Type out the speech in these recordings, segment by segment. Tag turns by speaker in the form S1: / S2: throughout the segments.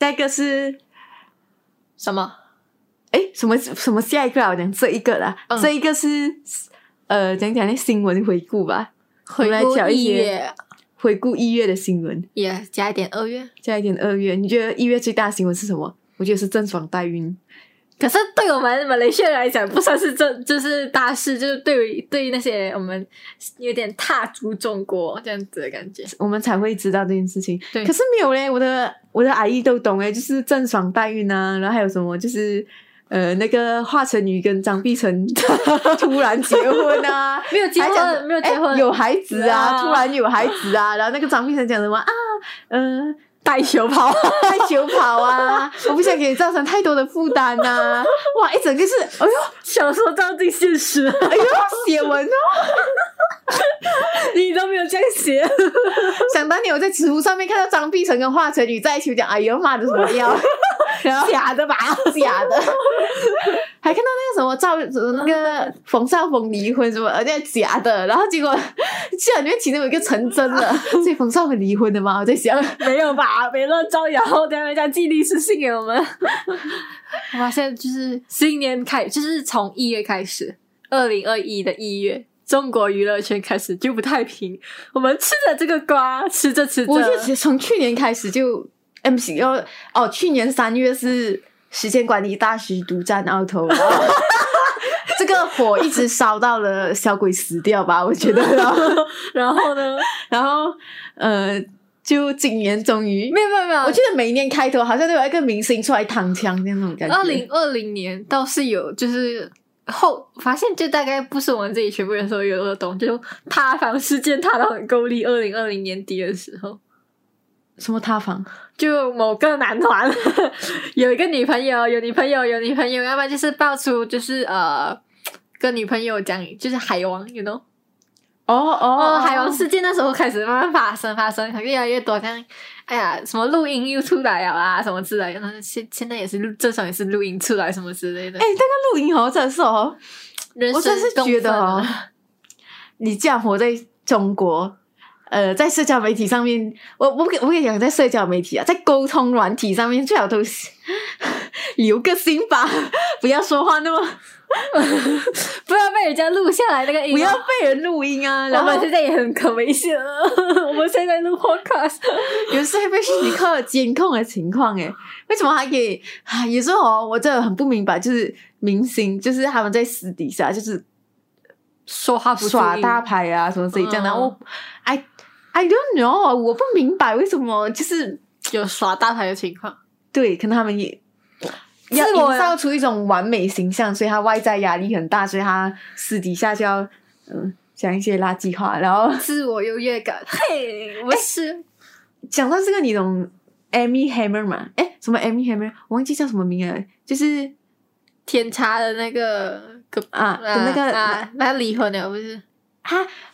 S1: 下一个是
S2: 什么？
S1: 哎什么什么下一个啊？我讲这一个啦，
S2: 嗯
S1: 这一个是呃讲讲那新闻回顾吧，
S2: 回
S1: 我们来
S2: 顾
S1: 讲一
S2: 一
S1: 些
S2: 月
S1: 回顾一月的新闻，
S2: 也加一点二月，
S1: 加一点二月，你觉得一月最大的新闻是什么？我觉得是郑爽代孕，
S2: 可是对我们马来西亚人来讲，不算是这就是大事，就是对于对于那些我们有点踏足中国这样子的感觉。
S1: 我们才会知道这件事情。
S2: 对
S1: 可是没有嘞，我的我的阿姨都懂哎，就是郑爽代孕啊，然后还有什么就是。呃，那个华晨宇跟张碧晨 突然结婚啊，
S2: 没有结
S1: 还讲
S2: 婚，没有结婚，
S1: 哎有孩子啊，
S2: 啊
S1: 突然有孩子 啊，然后那个张碧晨讲什么啊，嗯、
S2: 带球 跑，
S1: 带球跑啊，我不想给你造成太多的负担 呐、哇，一整就是，哎呦，
S2: 小说照进现 实，
S1: 哎呦，写文哦，
S2: 你都没有这样 写。
S1: 想当年我在知乎上面看到张碧晨跟华晨宇在一起，我讲哎呦妈的什么料， 然后
S2: 假的吧？
S1: 假的，还看到那个什么赵那个冯绍峰离婚什么，而且假的，然后结果 竟然里面其中有一个成真 的，所以冯绍峰离婚的嘛，我在想。
S2: 没有吧？别乱造谣，等下人家寄律师信给我们。哇，现在就是新年开，就是从一月开始，二零二一的一月，中国娱乐圈开始就不太平。我们吃着这个瓜，吃着吃着，
S1: 我就其实从去年开始就 M C 要哦，去年三月是时间管理大师独占鳌头， 然后这个火一直烧到了小鬼死掉吧，我 觉得。然后，
S2: 然后呢？
S1: 然后呃，就今年终于，
S2: 没有没有没有，
S1: 我记得每一年开头好像都有一个明星出来躺枪那种感觉。
S2: 二零二零年倒是有，就是后发现就大概不是我们自己全部人所有的懂，就塌房事件塌到很够力。二零二零年底的时候，
S1: 什么塌房？
S2: 就某个男团有一个女朋友，有女朋友，有女朋友，要不然就是爆出就是呃。跟女朋友讲，就是海王，you know，
S1: 哦哦
S2: 哦，海王事件那时候开始慢慢发生，发生越来越多，像哎呀，什么录音又出来了啊，什么之类的，那现现在也是录正常也是录音出来什么之类的
S1: 哎、。那个录音哦，真的是哦，
S2: 人
S1: 我
S2: 生
S1: 真是
S2: 共
S1: 觉得
S2: 愤
S1: 哦
S2: 啊，
S1: 你这样活在中国，呃，在社交媒体上面，我我跟我跟你讲，在社交媒体啊，在沟通软体上面，最好都是 留个心吧， 不要说话那
S2: 啊
S1: 么，
S2: 不要被人家录下来那个音、
S1: 不要，被人录音啊，
S2: 我
S1: 然后
S2: 们现在也很可危险了。我们现在录 podcast，
S1: 有时候会被时刻监控的情况，诶，为什么还给？啊，有时候哦我真的很不明白，就是明星，就是他们在私底下就是
S2: 说话不注意
S1: 耍大，牌啊什么之类这样的，
S2: 嗯
S1: 我 I I don't know，我不明白为什么就是。
S2: 有耍大牌的情况。
S1: 对，可能他们也
S2: 自
S1: 要
S2: 我
S1: 营造出一种完美形象，所以他外在压力很大，所以他私底下就要嗯讲一些垃圾话。然后
S2: 自我优越感，
S1: 哎
S2: 嘿，我是
S1: 讲到这个，你懂 Amy Hammer 吗？哎，什么 Amy Hammer？我忘记叫什么名了，就是
S2: 天差的那个个
S1: 啊，跟那个啊
S2: 啊，那离婚了不是？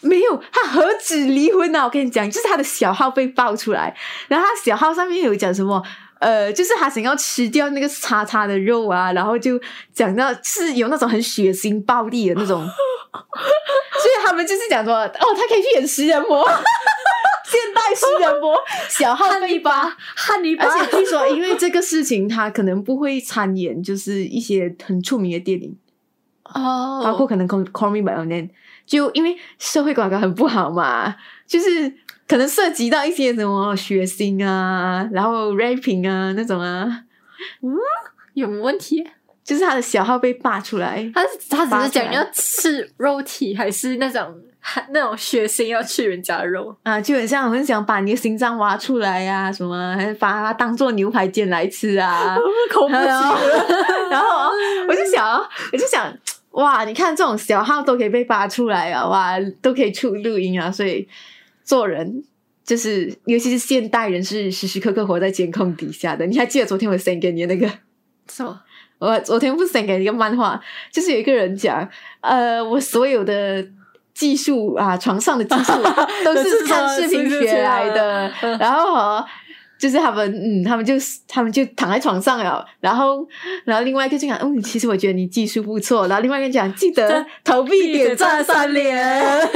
S1: 没有，他何止离婚啊！我跟你讲，就是他的小号被爆出来，然后他小号上面有讲什么。呃，就是他想要吃掉那个叉叉的肉啊，然后就讲到是有那种很血腥暴力的那种，所以他们就是讲说，哦，他可以去演食人魔，现代食人魔，小号
S2: 汉
S1: 被
S2: 尼
S1: 扒
S2: 拔，，汉尼拔
S1: 而，且据 说因为这个事情，他可能不会参演，就是一些很出名的电影，
S2: 哦，
S1: 包括可能 call call me by your name，就因为社会观感很不好嘛，就是可能涉及到一些什么血腥啊，然后 raping 啊那种啊，
S2: 有问题？
S1: 就是他的小号被扒出来。
S2: 他是他只
S1: 拔
S2: 是
S1: 出来
S2: 讲要吃肉体，还是那种那种血腥要吃人家的肉？
S1: 啊，就很像很想把你的心脏挖出来呀、什么还把它当做牛排煎来吃啊，
S2: 恐怖
S1: 然后
S2: 情人
S1: 然后 我就想，我就想，哇，你看这种小号都可以被扒出来啊，哇，都可以出录音啊，所以做人就是，尤其是现代人是时时刻刻活在监控底下的。你还记得昨天我 send 给你的那个？
S2: 什么？
S1: 我昨天不是 send 给你一个漫画，就是有一个人讲，呃，我所有的。技术啊，床上的技术啊都是看视频学来的，
S2: 嗯
S1: 然后哦，就是他们，嗯，他们就他们就躺在床上了，然后，然后另外一个就讲，嗯，其实我觉得你技术不错，然后另外一个讲，记得
S2: 赞
S1: 投币点赞 三连，下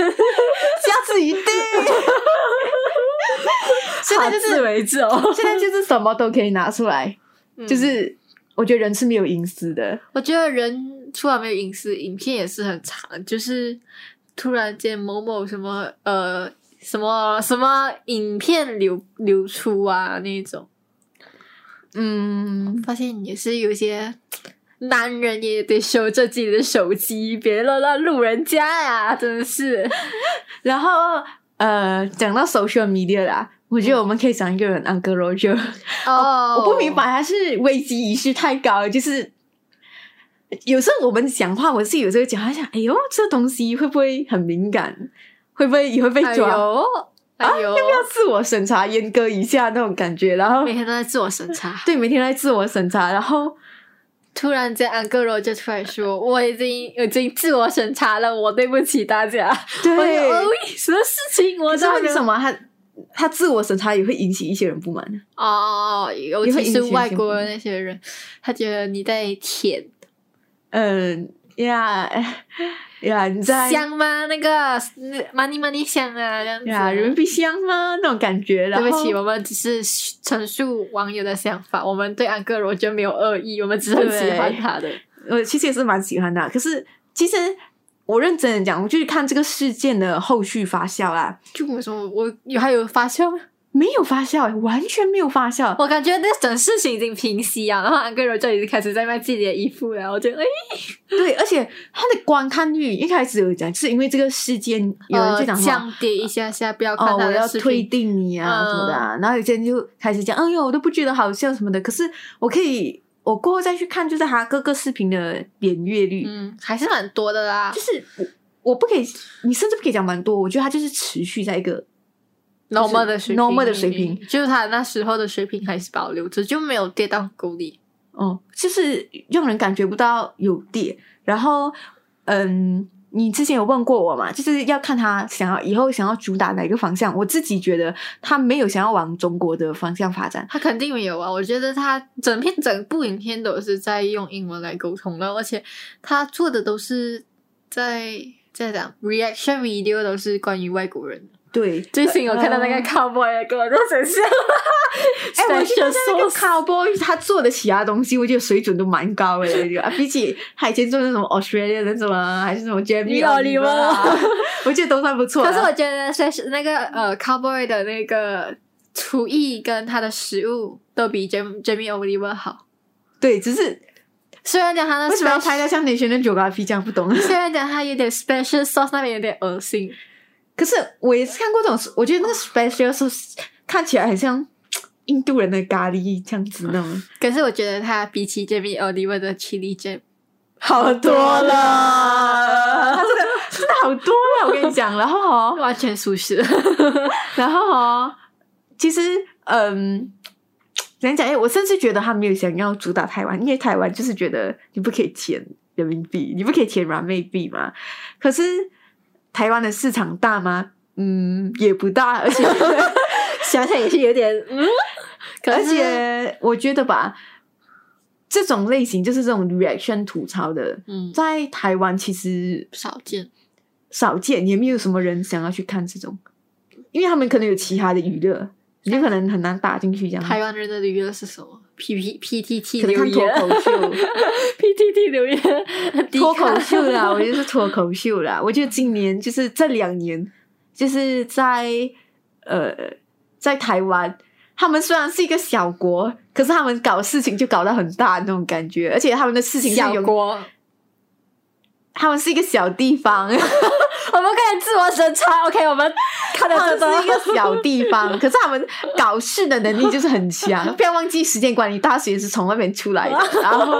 S1: 次一定。所以在就是
S2: 好自为之哦。
S1: 现在就是什么都可以拿出来，就
S2: 嗯
S1: 是我觉得人是没有隐私的。
S2: 我觉得人除了没有隐私，影片也是很长，就是突然间某某什么呃什么什么影片流流出啊那一种，
S1: 嗯，
S2: 发现也是有一些男人也得守着自己的手机，别乱乱录人家呀、真的是。
S1: 然后呃，讲到 social media 啦，我觉得我们可以讲一个人 Uncle Roger。
S2: 哦
S1: 我不明白，他是危机意识太高了，就是有时候我们讲话，我自己有时候讲，他想，哎呦，这东西会不会很敏感？会不会也会被
S2: 哎
S1: 抓？
S2: 呦，哎呦，
S1: 啊要自我审查，阉割一下那种感觉，然后
S2: 每天都在自我审查。
S1: 对每天来自我审查，然后
S2: 突然间，安哥罗就突然说：“我已经我已经自我审查了，我对不起大家。”我
S1: 对，
S2: 有哦，什么事情？我
S1: 可
S2: 知
S1: 是
S2: 道
S1: 为什么
S2: 么
S1: 他他自我审查也会引起一些人不满呢？
S2: 哦，尤
S1: 也会
S2: 其
S1: 引
S2: 是
S1: 起一些
S2: 外国人那些人，他觉得你在舔
S1: 嗯呀哎呀，你在
S2: 香吗？那个那 money money 香啊，这样子。
S1: 呀人民币香吗？那种感觉，然
S2: 对
S1: 后
S2: 不起，我们只是陈述网友的想法，我们对安哥罗就没有恶意，我们只是很喜欢他的。
S1: 我其实也是蛮喜欢的啊，可是其实我认真的讲，我就是看这个事件的后续发酵啦，
S2: 就我说，我有还有发现吗？
S1: 没有发酵欸，完全没有发酵。哦
S2: 我感觉那整事情已经平息啊，然后安哥罗就已经开始在卖自己的衣服了，我觉得哎，
S1: 对，而且它的观看率一开始有讲，是因为这个事件有人就讲什
S2: 呃
S1: 么
S2: 降低一下下，不要看
S1: 哦，
S2: 他
S1: 我
S2: 的
S1: 要
S2: 视频。
S1: 退订你啊什么的、啊，然后有些人就开始讲，哎呦，我都不觉得好笑什么的。可是我可以，我过后再去看，就是他各个视频的点阅率，
S2: 嗯，还是蛮多的啦
S1: 就。是我我不可以，你甚至不可以讲蛮多，我觉得他就是持续在一个
S2: normal 的水平
S1: normal 的水平，
S2: 就是他那时候的水平还是保留着，就没有跌到沟里。
S1: 哦，就是让人感觉不到有跌。然后，嗯，你之前有问过我嘛，就是要看他想要以后想要主打哪个方向。我自己觉得他没有想要往中国的方向发展。
S2: 他肯定没有啊！我觉得他整篇整部影片都是在用英文来沟通的，而且他做的都是在在讲 reaction video 都是关于外国人的。
S1: 对，
S2: 最近我看到那
S1: 呃
S2: 个 cowboy 给我都整 笑，
S1: 哎、我觉得
S2: Special
S1: 那个
S2: sauce
S1: Cowboy 他做的其他东西，我觉得水准都蛮高的， 我觉得啊比起他以前做那种 Australia 那种啊，还是什么 Jamie
S2: Oliver
S1: Oliver，啊 我觉得都算不错啦。
S2: 可是我觉得在那个呃 cowboy 的那个厨艺跟他的食物都比 Jam Jamie Oliver 好，
S1: 对，只是
S2: 虽然讲他的
S1: 为什么要
S2: special-
S1: 拍到像女生的 Geography 这样不懂？
S2: 虽然讲它有点 special sauce 那边有点恶心，
S1: 可是我也是看过这种，我觉得那个 Special 是看起来很像印度人的咖喱这样子那种，
S2: 可是我觉得它比起 Jamie Oliver 的 Chili Jam
S1: 好多
S2: 啊
S1: 了，他真的真的好多了，我跟你讲，然后哦。
S2: 完全舒适。
S1: 然后哦，其实嗯，怎样讲？哎，我甚至觉得他没有想要主打台湾，因为台湾就是觉得你不可以填人民币，你不可以填软妹币嘛。可是台湾的市场大吗？嗯，也不大，而且
S2: 想想也是有点嗯，可
S1: 而
S2: 是
S1: 且我觉得吧，这种类型就是这种 reaction 吐槽的，
S2: 嗯
S1: 在台湾其实
S2: 少见。
S1: 少见，也没有什么人想要去看这种，因为他们可能有其他的娱乐，你就可能很难打进去这样。
S2: 台湾人的娱乐是什么？P P P T T
S1: 可能
S2: 留
S1: 看脱
S2: 言
S1: 口 秀，
S2: ，P T T 留言，
S1: 脱口秀
S2: 啊
S1: 啦，我觉得是脱口秀啦。我觉得今年就是这两年，就是在呃，在台湾，他们虽然是一个小国，可是他们搞事情就搞到很大那种感觉，而且他们的事情是
S2: 小
S1: 有，
S2: 国，
S1: 他们是一个小地 方。
S2: 我们可以自我审查。OK，我们看到
S1: 他们
S2: 这都
S1: 是一个小地 方，可是他们搞事的能力就是很强。不要忘记，时间管理大学是从那边出来的。 然后，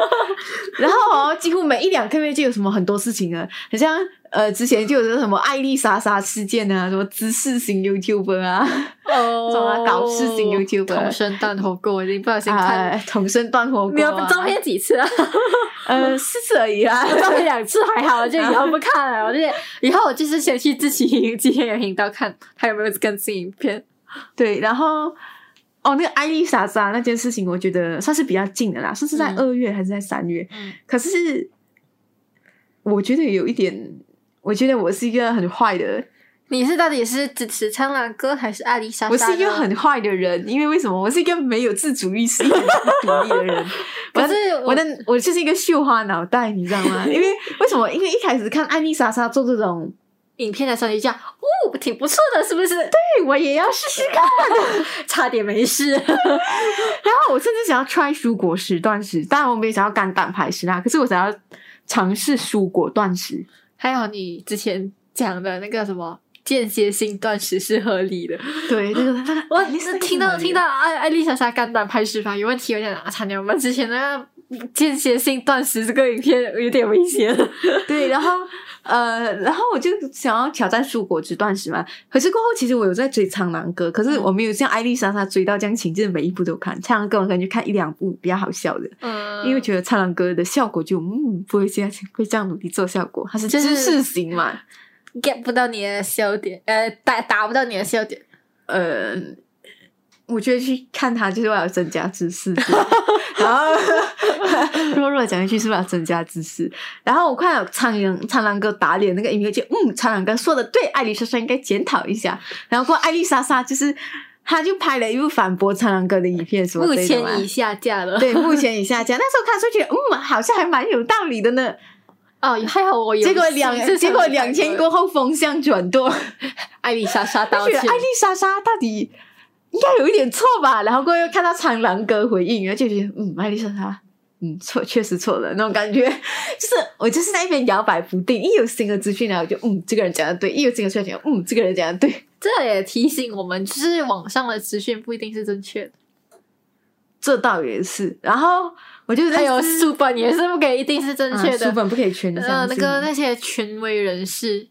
S1: 然后哦，几乎每一两个月就有什么很多事情啊，很像呃，之前就有什么艾丽莎莎事件啊，什么知识型 YouTuber 啊，
S2: 哦
S1: 怎么搞事情 YouTuber
S2: 同生蛋火锅，我已经不小心看。
S1: 啊，重生断火锅、啊，
S2: 你哎有照片几次啊？
S1: 呃四次而已啦。
S2: 我照片两次还好，我就以后不看了。我就以后我就是先去自己今天有频道看还有没有更新影片。
S1: 对，然后。哦，那个艾丽莎莎那件事情，我觉得算是比较近的啦，算是在
S2: 嗯
S1: 二月还是在三月？
S2: 嗯，
S1: 可是我觉得有一点，我觉得我是一个很坏的
S2: 你是到底是支持苍狼哥还是阿里莎莎呢？
S1: 我是一个很坏的人，因为为什么？我是一个没有自主意识、一点都不独立的人。我
S2: 可是我
S1: 我的我就是一个绣花脑袋，你知道吗？因为为什么？因为一开始看艾丽莎莎做这 种，
S2: 影片的时候你就讲，哦，挺不错的，是不是？
S1: 对我也要试试看。
S2: 差点没事。
S1: 然后我甚至想要 try 蔬果时断食，当然我没有想要干蛋排食啦，可是我想要尝试蔬果断食。
S2: 还有你之前讲的那个什么间歇性断食是合理的，哎
S1: 对， 这个
S2: 我
S1: 你
S2: 是听到听到艾艾丽莎莎肝胆排石法有问题，有点啊，惨了，我们之前那个间歇性断食这个影片有点危险。
S1: 对，然后呃，然后我就想要挑战蔬果汁断食嘛。可是过后，其实我有在追《苍狼哥》，可是我没有像艾丽莎莎追到这样情，就是每一部都看。《苍狼哥》我可能就看一两部比较好笑的，
S2: 嗯
S1: 因为觉得《苍狼哥》的效果就嗯不会这样会这样努力做效果，它是
S2: 就
S1: 知识
S2: 是
S1: 型嘛。
S2: get 不到你的笑点，呃，打打不到你的笑点。
S1: 呃，我觉得去看它就是为了增加知 识，然后弱弱讲一句是为了增加知识。然后我看了苍狼苍狼哥打脸那个音乐剧，嗯，苍狼哥说的对，艾丽莎莎应该检讨一下。然后过后艾丽莎莎就是，她就拍了一部反驳苍狼哥的影片，什么
S2: 目
S1: 之类的嘛
S2: 前已下架了。
S1: 对目前以下讲，那时候看出去，嗯，好像还蛮有道理的呢。
S2: 哦，还好我有
S1: 结果
S2: 幸
S1: 两
S2: 至少
S1: 结果
S2: 有
S1: 两天过后风向转舵。
S2: 艾丽莎莎
S1: 就
S2: 道
S1: 觉
S2: 歉
S1: 啊得。艾丽莎莎到底应该有一点错吧？然后过后又看到苍狼哥回应，然后就觉得嗯，艾丽莎莎。嗯，错，确实错了那种感觉， 就是我就是在一边摇摆不定，一有新的资讯来，我就嗯，这个人讲的对；一有新的资讯，嗯，这个人讲的对。
S2: 这也提醒我们，就是网上的资讯不一定是正确的。
S1: 这倒也是。然后我就在
S2: 还有
S1: 书
S2: 书本也是不给一定是正确的。
S1: 啊书本不可以全的
S2: 呃，那个那些权威人士，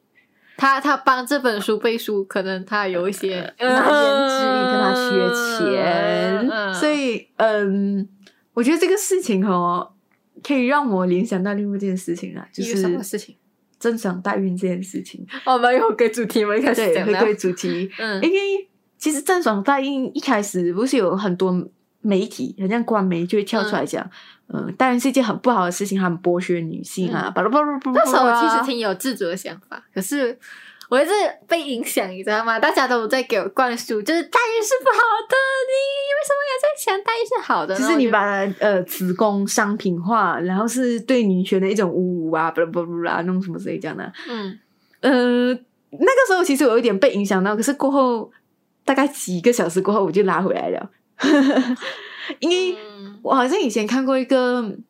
S2: 他他帮这本书背书，可能他有一些
S1: 难言之隐，跟他学钱，
S2: 嗯
S1: 所以嗯，我觉得这个事情哦，可以让我联想到另外一件事情啦，就
S2: 有
S1: 是
S2: 什么事 情？
S1: 正常代孕这件事 情，
S2: 我们又给主题，我们开始
S1: 对，
S2: 讲
S1: 回
S2: 了
S1: 归。主题，
S2: 嗯
S1: 因为其实郑爽代孕一开始不是有很多媒体，很像官媒就会跳出来讲，嗯，当然是一件很不好的事情，很剥削女性啊，巴拉巴拉巴拉。
S2: 嗯那时候
S1: 嗯
S2: 我其
S1: 啊
S2: 实挺有自主的想法，可是我一直被影响，你知道吗？大家都在给我灌输，就是代孕是不好的，你为什么要在想代孕是好的呢？
S1: 就是你
S2: 把
S1: 把呃子宫商品化，然后是对女权的一种侮辱啊，巴拉巴拉巴拉，弄什么之类这样的。
S2: 嗯
S1: 呃，那个时候其实我有一点被影响到，可是过后大概几个小时过后，我就拉回来了， 因为
S2: 嗯
S1: 我好像以前看过一个嗯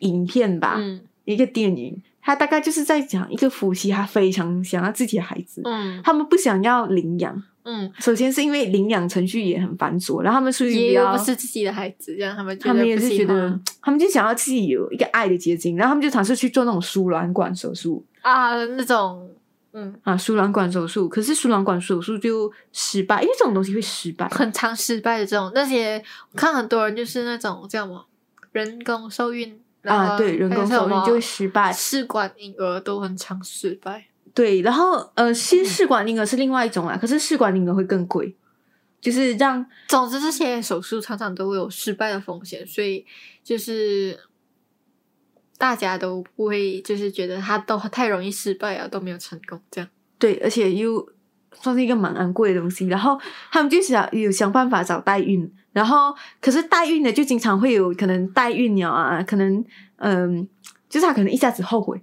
S1: 影片吧，
S2: 嗯
S1: 一个电影，它大概就是在讲一个夫妻，他非常想要自己的孩子，
S2: 嗯
S1: 他们不想要领养，
S2: 嗯，
S1: 首先是因为领养程序也很繁琐，然后他们属于比
S2: 也有
S1: 较
S2: 不。是自己的孩子，让他们觉
S1: 他
S2: 得
S1: 们也
S2: 不
S1: 是觉
S2: 喜
S1: 得
S2: 欢，
S1: 他们就想要自己有一个爱的结晶，然后他们就尝试去做那种输卵管手术，
S2: 啊那种嗯
S1: 啊，输卵管手术，可是输卵管手术就失败，因为这种东西会失败。
S2: 很常失败的这种，那些我看很多人就是那种叫什么人工受孕然
S1: 啊，
S2: 后
S1: 对，人工受孕就会
S2: 还有什
S1: 失
S2: 么
S1: 败。
S2: 试管婴儿都很常失败。
S1: 对，然后呃，其实试管婴儿是另外一种啦，啊可是试管婴儿会更贵，就是让
S2: 总之，这些手术常常都会有失败的风险，所以就是大家都不会，就是觉得他都太容易失败啊，都没有成功这样。
S1: 对，而且又算是一个蛮昂贵的东西。然后他们就想有想办法找代孕，然后可是代孕的就经常会有可能代孕了啊，可能嗯、就是他可能一下子后悔，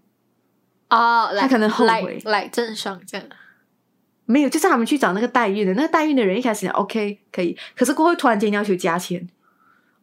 S2: 哦，来，
S1: 可能后
S2: 来
S1: 悔
S2: 来正上这样。
S1: 没有，就是他们去找那个代孕的，那个代孕的人一开始讲 OK 可以，可是过后突然间要求加钱。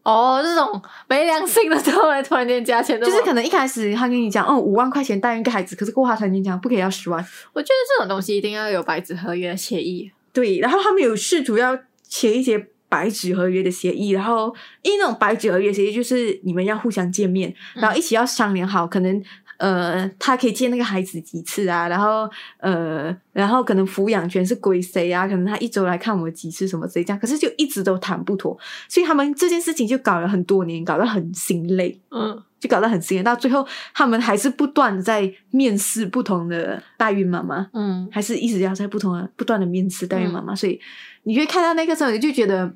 S2: 哦，这种没良心的，突然突然间加钱，
S1: 就是
S2: 能。
S1: 可能一开始他跟你讲，哦，五万块钱代孕一个孩子，可是过后他才跟你讲不可以要十万。
S2: 我觉得这种东西一定要有白纸合约协议。
S1: 对，然后他们有试图要写一些白纸合约的协议，然后因为那种白纸合约协议就是你们要互相见面，
S2: 嗯
S1: 然后一起要商量好，可能呃他可以见那个孩子几次啊，然后呃然后可能抚养权是归谁啊，可能他一周来看我几次什么之类这样，可是就一直都谈不妥，所以他们这件事情就搞了很多年，搞得很心累。
S2: 嗯，
S1: 就搞得很辛苦，到最后他们还是不断地在面试不同的代孕妈妈，
S2: 嗯，
S1: 还是一直要在不同的不断的面试代孕妈妈，所以你会看到那个时候，你就觉得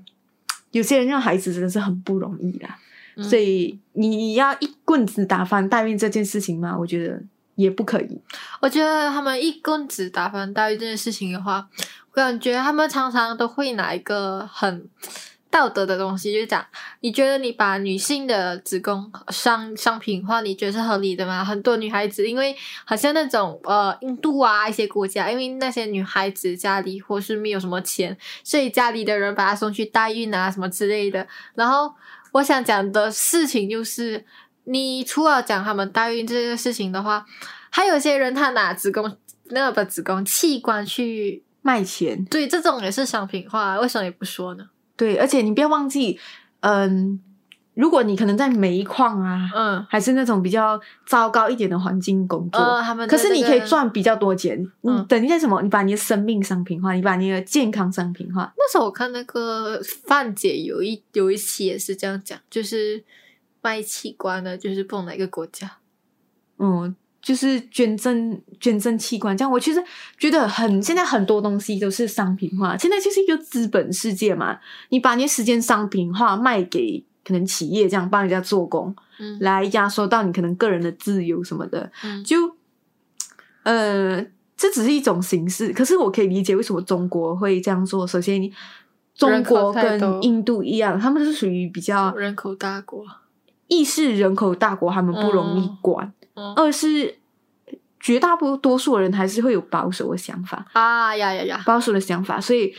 S1: 有些人让孩子真的是很不容易啦。
S2: 嗯
S1: 所以你要一棍子打翻代孕这件事情嘛，我觉得也不可以。
S2: 我觉得他们一棍子打翻大鱼这件事情的话，我感觉他们常常都会拿一个很道德的东西，就是讲，你觉得你把女性的子宫商商品化，你觉得是合理的吗？很多女孩子，因为好像那种呃印度啊一些国家，因为那些女孩子家里或是没有什么钱，所以家里的人把她送去代孕啊什么之类的。然后我想讲的事情就是，你除了讲他们代孕这个事情的话，还有些人他拿子宫那个子宫器官去，
S1: 卖钱，
S2: 对这种也是商品化，为什么也不说呢？
S1: 对，而且你不要忘记，嗯，如果你可能在煤矿啊，
S2: 嗯，
S1: 还是那种比较糟糕一点的环境工作，
S2: 呃，他们
S1: 可
S2: 的
S1: 是
S2: 这
S1: 你
S2: 个
S1: 可以，赚比较多钱。
S2: 嗯
S1: 嗯，等于在什么？你把你的生命商品化，你把你的健康商品化。
S2: 那时候我看那个范姐有一有一期也是这样讲，就是卖器官的，就是不懂哪一个国家，
S1: 嗯，就是捐赠捐赠器官这样。我其实觉得很现在很多东西都是商品化，现在就是一个资本世界嘛。你把你的时间商品化，卖给可能企业这样帮人家做工，
S2: 嗯
S1: 来压缩到你可能个人的自由什么的。
S2: 嗯
S1: 就呃，这只是一种形式，可是我可以理解为什么中国会这样做。首先，中
S2: 人
S1: 国
S2: 口太
S1: 跟
S2: 多
S1: 印度一样，他们是属于比较
S2: 人口大国，
S1: 一是人口大国，他们不容易
S2: 嗯
S1: 管；
S2: 嗯
S1: 二是绝大多多数人还是会有保守的想法，
S2: 啊呀呀呀
S1: 保守的想法，所以。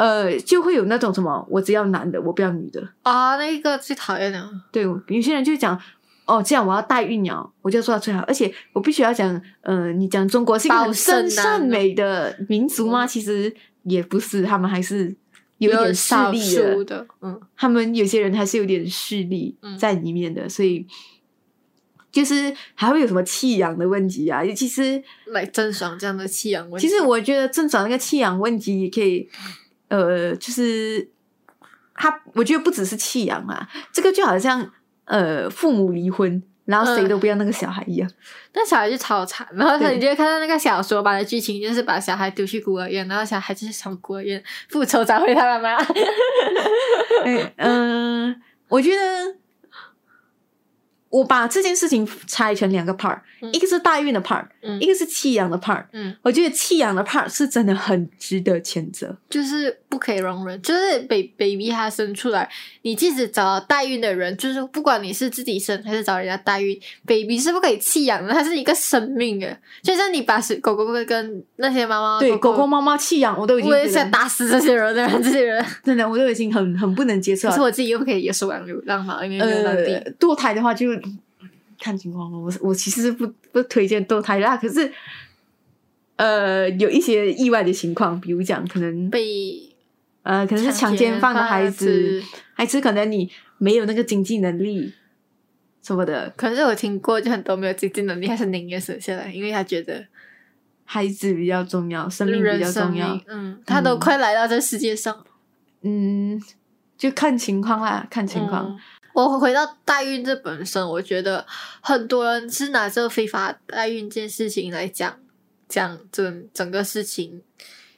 S1: 呃，就会有那种什么，我只要男的，我不要女的。
S2: 啊，那个最讨厌了，
S1: 对，有些人就讲，哦，既然我要代孕鸟，我就做到最好。而且我必须要讲，呃，你讲中国是一个很
S2: 保身
S1: 真
S2: 啊
S1: 善美的民族吗？
S2: 嗯
S1: 其实也不是，他们还是有一点势
S2: 少
S1: 力的，
S2: 数的，嗯
S1: 他们有些人还是有点势力
S2: 嗯
S1: 在里面的，所以就是还会有什么弃养的问题啊。其实，
S2: 来郑爽这样的弃养问题，
S1: 其实我觉得郑爽那个弃养问题也可以，呃，就是他，我觉得不只是弃养啊，这个就好像呃父母离婚，然后谁
S2: 嗯
S1: 都不要那个小孩一样。
S2: 那小孩就超惨，然后
S1: 对
S2: 你就会看到那个小说版的剧情，就是把小孩丢去孤儿院，然后小孩就是从孤儿院复仇找回他妈妈。
S1: 哎嗯、我觉得我把这件事情拆成两个 part，、
S2: 嗯
S1: 一个是代孕的 part，、
S2: 嗯
S1: 一个是弃养的 part。
S2: 嗯，
S1: 我觉得弃养的 part 是真的很值得谴责。
S2: 就是不可以容忍，就是 baby baby 他生出来，你即使找代孕的人，就是不管你是自己生还是找人家代孕，baby 是不可以弃养的，它是一个生命的，就像你把狗狗跟那些妈妈
S1: 对，狗狗、
S2: 哦狗，
S1: 猫猫弃养，我都已经
S2: 我也
S1: 觉
S2: 想
S1: 得
S2: 打死这些人的，这些人，
S1: 真的，我都已经很很不能接受
S2: 可
S1: 了
S2: 是。我自己又不可以有手养流浪嘛，因为流浪地。
S1: 啊呃，堕胎的话就看情况了。我我其实是不不推荐堕胎啦，可是呃有一些意外的情况，比如讲可能
S2: 被
S1: 呃可能是强奸犯的孩子，还是可能你没有那个经济能力什么的，
S2: 可是我听过，就很多没有经济能力，还是宁愿省下来，因为他觉得
S1: 孩子比较重要，生命比
S2: 人
S1: 较
S2: 生
S1: 重要
S2: 命。，嗯，他都快来到这世界上。
S1: 嗯，就看情况啦，看情况。
S2: 嗯我回到代孕这本身，我觉得很多人是拿这个非法代孕这件事情来讲，讲整整个事情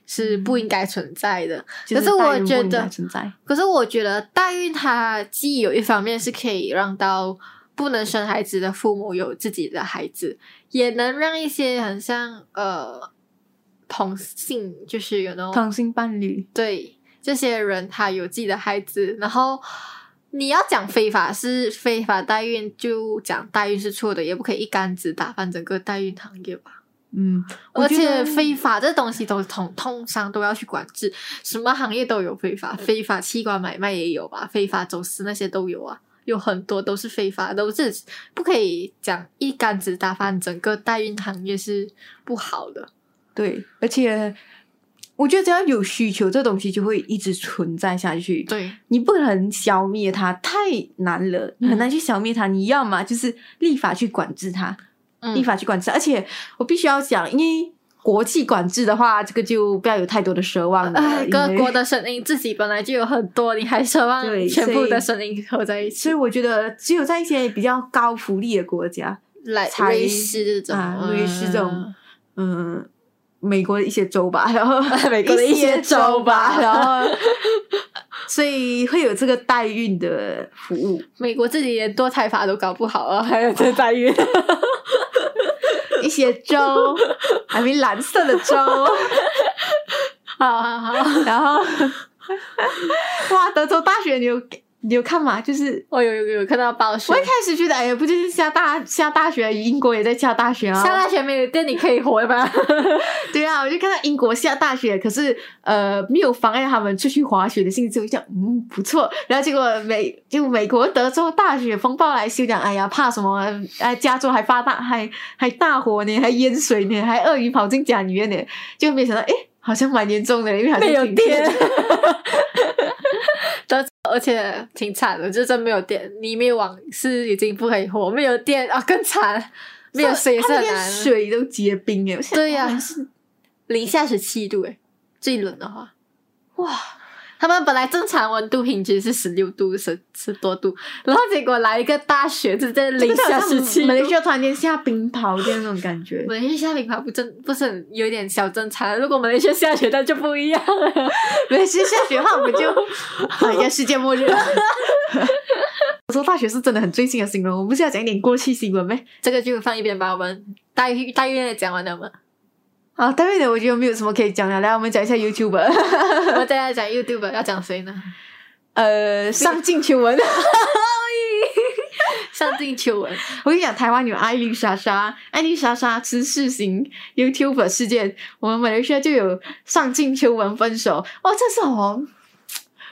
S2: 是
S1: 嗯
S2: 不应该存在的。
S1: 就
S2: 可是我
S1: 代孕不
S2: 觉
S1: 应该
S2: 得
S1: 存在，
S2: 可是我觉得代孕它既有一方面是可以让到不能生孩子的父母有自己的孩子，也能让一些很像呃同性，就是有那种
S1: 同性伴侣
S2: 对这些人他有自己的孩子，然后你要讲非法是非法代孕，就讲代孕是错的，也不可以一竿子打翻整个代孕行业吧。
S1: 嗯，我
S2: 而
S1: 觉得
S2: 且非法这东西都通通常都要去管制，什么行业都有非法，非法器官买卖也有吧，非法走私那些都有啊，有很多都是非法，都是不可以讲一竿子打翻整个代孕行业是不好的。
S1: 对，而且我觉得只要有需求，这东西就会一直存在下去。
S2: 对，
S1: 你不能消灭它，太难了，
S2: 嗯
S1: 你很难去消灭它。你要么就是立法去管制它，
S2: 嗯
S1: 立法去管制。而且我必须要讲，因为国际管制的话，这个就不要有太多的奢望了。
S2: 哎，
S1: 因
S2: 各
S1: 为
S2: 国的声音自己本来就有很多，你还奢望
S1: 对
S2: 全部
S1: 所以
S2: 的声音合在一
S1: 所
S2: 起
S1: 以我觉得只有在一些比较高福利的国家，
S2: 来
S1: 才
S2: 瑞士这种，
S1: 啊
S2: 嗯
S1: 瑞士这种嗯，美国的一些州吧， 然后
S2: 美国的一
S1: 一
S2: 些
S1: 些州吧，
S2: 州吧
S1: 然后所以会有这个代孕的服 务。
S2: 啊美国自己连堕胎法都搞不好了，还有这代孕，
S1: 一些粥，还没蓝色的 粥，
S2: 好好好，
S1: 然后，哇，德州大学你有你有看吗？就是
S2: 我哦有有有看到报说
S1: 我一，开始觉得，哎呀，不就是下大下大学，英国也在下大学啊，
S2: 下大学没有电你可以活 吗？
S1: 对啊，我就看到英国下大雪，可是呃没有妨碍他们出去滑雪的兴致，我就想嗯不错。然后结果美就美国德州大雪风暴来修讲，哎呀怕什么？哎，加州还发大还还大火呢，还淹水呢，还鳄鱼跑进甲鱼院呢，就没想到哎好像蛮严重的，因为好像
S2: 没有
S1: 停
S2: 电
S1: 电。
S2: 但而且挺惨的，就真没有电，你没有网是已经不可以活，没有电啊更惨，没有水也是
S1: 他
S2: 很
S1: 们连
S2: 难。
S1: 水都结冰哎，我想
S2: 对 呀、
S1: 哇
S2: 是零下十七度哎，最冷的话，哇！他们本来正常温度平均是十六度、十十多度，然后结果来一个大雪，就在
S1: 这
S2: 零
S1: 个就好
S2: 下
S1: 像
S2: 十 七
S1: 马来
S2: 度
S1: 西。亚突然间下冰雹的那种感觉
S2: 马。来西亚下冰雹不正不是很有点小正常，如果马来西亚下雪，那就不一样了。
S1: 没事，下雪的话我们就哎呀，世界末日了。 我说大学是真的很最近的新闻，我们不是要讲一点过去新闻咩？
S2: 这个就放一边吧，我们大约大约讲完了 嘛，
S1: 啊，当然的，我觉得没有什么可以讲了。来，我们讲一下 YouTube，
S2: 我们再来讲 YouTube 要讲谁呢？
S1: 呃，上镜求文。
S2: 上镜秋文，
S1: 我跟你讲，台湾有艾丽莎莎，艾丽莎莎吃事型 YouTube 事件，我们马来西亚就有上镜秋文分手。哦，这是哦。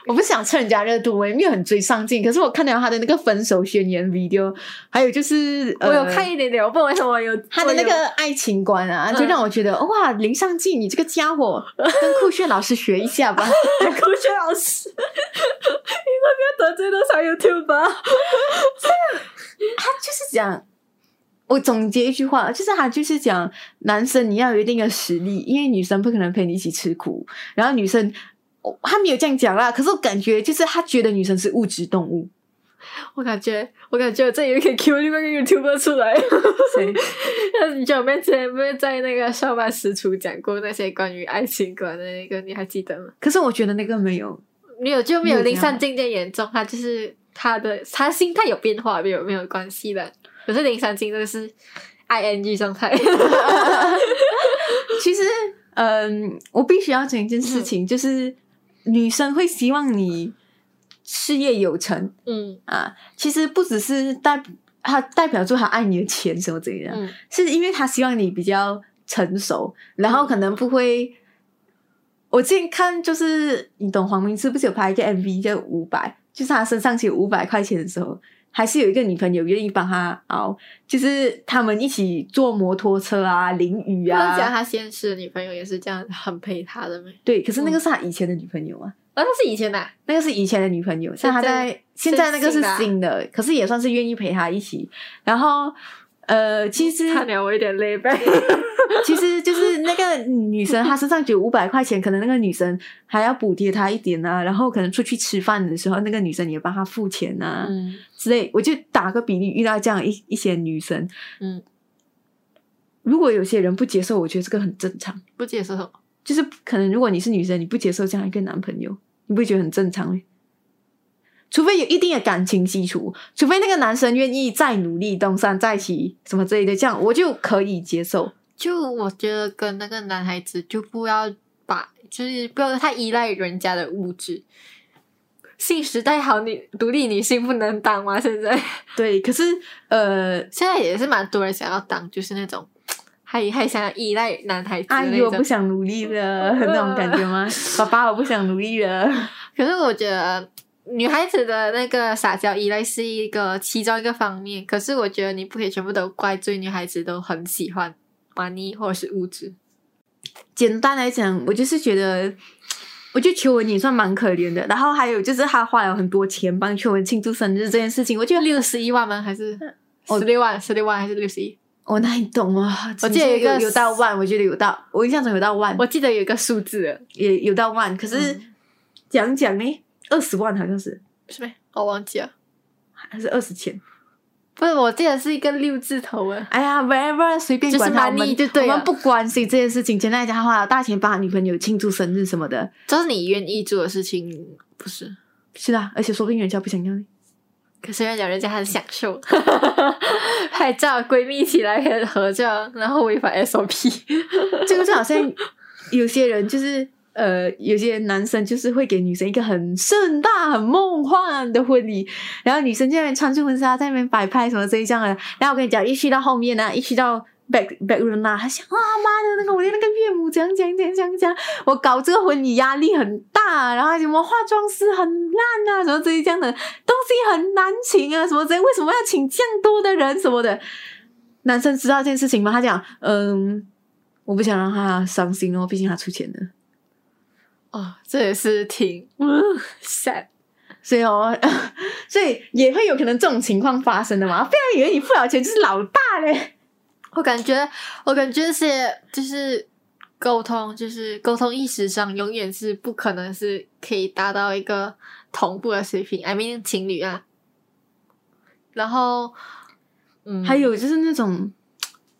S1: 我不想蹭人家热度，我也没有很追上镜，可是我看到他的那个分手宣言 video，还有就是、呃、
S2: 我有看一点点，我不懂为什么有
S1: 他的那个爱情观啊，
S2: 嗯
S1: 就让我觉得、哇，林尚记你这个家 伙，跟酷炫老师学一下吧。
S2: 科学老师，你到底要得罪多少 YouTube？
S1: 他就是讲，我总结一句话，就是他就是讲，男生你要有一定的实力，因为女生不可能陪你一起吃苦。然后女生，哦他没有这样讲啦，可是我感觉就是他觉得女生是物质动物。
S2: 我感觉，我感觉我这里可以 Q 另外一个 YouTuber 出 来。
S1: 谁？
S2: 那你有没有前面在那个上班时厨讲过那些关于爱情观的那个？你还记得吗？
S1: 可是我觉得那个没有，
S2: 没有，就没
S1: 没
S2: 有
S1: 有
S2: 林
S1: 这样
S2: 善境界严重，他就是他的他心态有变化，没有没有关系的。可是林善境真的是 ing 状 态，
S1: 其实，嗯，我必须要讲一件事
S2: 嗯
S1: 情，就是女生会希望你事业有成。
S2: 嗯
S1: 啊，其实不只是代他代表住他爱你的钱什么怎样，
S2: 嗯
S1: 是因为他希望你比较成熟，然后可能不会。我之前看就是你懂黄明志不是有拍一个 MV 叫《五百》，就是他身上写五百块钱的时候，还是有一个女朋友愿意帮他熬，就是他们一起坐摩托车啊、淋雨
S2: 不是讲
S1: 啊，
S2: 他现实的女朋友也是这样很陪他的吗？
S1: 对。可是
S2: 嗯
S1: 那个是他以前的女朋友啊，
S2: 啊，那是以前的、啊，
S1: 那个是以前的女朋友，但他在现
S2: 现
S1: 在
S2: 在
S1: 那个是
S2: 是新的啊
S1: 新的，可是也算是愿意陪他一起。然后，呃，其实
S2: 差点我有点累呗。
S1: 其实就是那个女生，她身上只有五百块钱，可能那个女生还要补贴她一点啊。然后可能出去吃饭的时候，那个女生也帮她付钱啊、
S2: 嗯
S1: 之类。我就打个比例，遇到这样一一些女生，
S2: 嗯，
S1: 如果有些人不接受，我觉得这个很正常。
S2: 不接受什么？
S1: 就是可能如果你是女生，你不接受这样一个男朋友，你不会觉得很正常吗？除非有一定的感情基础，除非那个男生愿意再努力东山再起什么之类的，这样我就可以接受。
S2: 就我觉得跟那个男孩子就不要把，就是不要太依赖人家的物质。新时代好女独立女性不能当吗？现在
S1: 对，可是呃，
S2: 现在也是蛮多人想要当，就是那种还还想要依赖男孩子的
S1: 阿
S2: 那
S1: 姨，我
S2: 种。
S1: 不想努力了，那种感觉吗？爸爸，我不想努力了。
S2: 可是我觉得女孩子的那个撒娇依赖是一个其中一个方面，可是我觉得你不可以全部都怪罪女孩子都很喜欢 money 或者是物质。
S1: 简单来讲，我就是觉得，我觉得秋文也算蛮可怜的。然后还有就是他花了很多钱帮秋文庆祝生日这件事情，我觉得
S2: 六十一万吗？还是
S1: 我
S2: 十六万？十六万还是六十一？
S1: 我哪里懂啊？
S2: 我记得有一个
S1: 有到万，我觉得有到，我印象中有到万，
S2: 我记得有一个数字了，
S1: 也有到万。可是
S2: 嗯
S1: 讲讲呢，二十万好像是
S2: 是没？我忘记了，
S1: 还是二十千？
S2: 不是，我记得是一个六字头啊。
S1: 哎呀，whatever，随便
S2: 就是
S1: 管他
S2: money
S1: 们，
S2: 就对
S1: 我
S2: 了
S1: 们不关心这件事情。简单来讲，他花了大钱帮他女朋友庆祝生日什么的，
S2: 这是你愿意做的事情，不是？
S1: 是啊，而且说不定人家不想要呢。
S2: 可是人家人家很享受， 拍照闺蜜一起来合照，然后违反 SOP。
S1: 这个就好像呃有些人就是呃，有些男生就是会给女生一个很盛大、很梦幻的婚礼，然后女生在那边穿着婚纱在那边摆拍什么这一项的，然后我跟你讲，一去到后面呢、一去到。back back room 啊，他想啊妈的，那个我的那个岳母讲讲讲讲讲，我搞这个婚礼压力很大，然后什么化妆师很烂啊，什么这一样的东西很难请啊，什么这为什么要请这样多的人什么的？男生知道这件事情吗？他讲，嗯，我不想让他伤心哦，毕竟他出钱的。
S2: 哦，这也是挺 sad。
S1: 所以哦， 所以也会有可能这种情况发生的嘛。不然以为你付了钱就是老大嘞。
S2: 我感觉，我感觉这些就是沟通，就是沟通意识上永远是不可能是可以达到一个同步的水平。I mean 情侣啊，然后，嗯，
S1: 还，有就是那种，嗯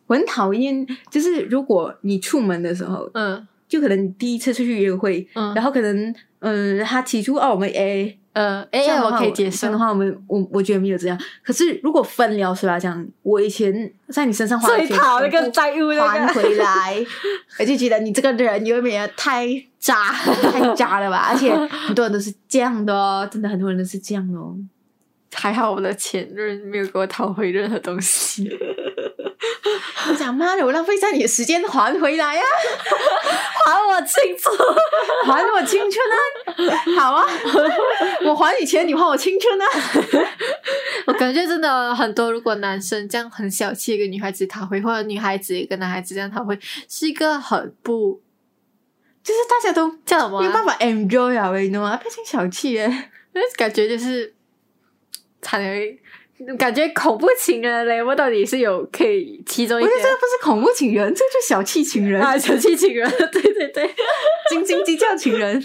S1: 我很讨厌，就是如果你出门的时候，
S2: 嗯
S1: 就可能你第一次出去约会，
S2: 嗯，
S1: 然后可能嗯，他提出哦，我们 A。
S2: 呃，A
S1: 这样的
S2: 我
S1: 话
S2: 可以接
S1: 这样
S2: 受
S1: 的，话，我们我我觉得没有这样。可是如果分了出来讲，我以前在你身上花的
S2: 最
S1: 钱
S2: 讨那
S1: 全部
S2: 个债务那
S1: 还
S2: 个，
S1: 回 来，我就觉得你这个人有点太 渣，太渣了吧？而且很多人都是这样的哦，真的很多人都是这样的哦。
S2: 还好我的前任没有给我讨回任何 东西。
S1: 我想妈的，我浪费在你的时间，还回来啊呀、
S2: 还我清楚，
S1: 还我青春啊！好啊， 我还你钱，你还我青春啊！
S2: 我感觉真的很多，如果男生这样很小气，跟女孩子讨回，或者女孩子跟男孩子这样讨回，是一个很不
S1: 就是大家都
S2: 叫什么、
S1: 没有办
S2: 啊？
S1: 法 enjoy 啊，你懂吗？变成小气耶，
S2: 就是感觉就是，惨了，感觉恐怖情人嘞，我到底是有可以其中
S1: 我
S2: 一
S1: 觉得这个
S2: 个
S1: 不是恐怖情人，这就是小气情 人，
S2: 啊，小气情人，对对对，
S1: 斤斤计较情 人。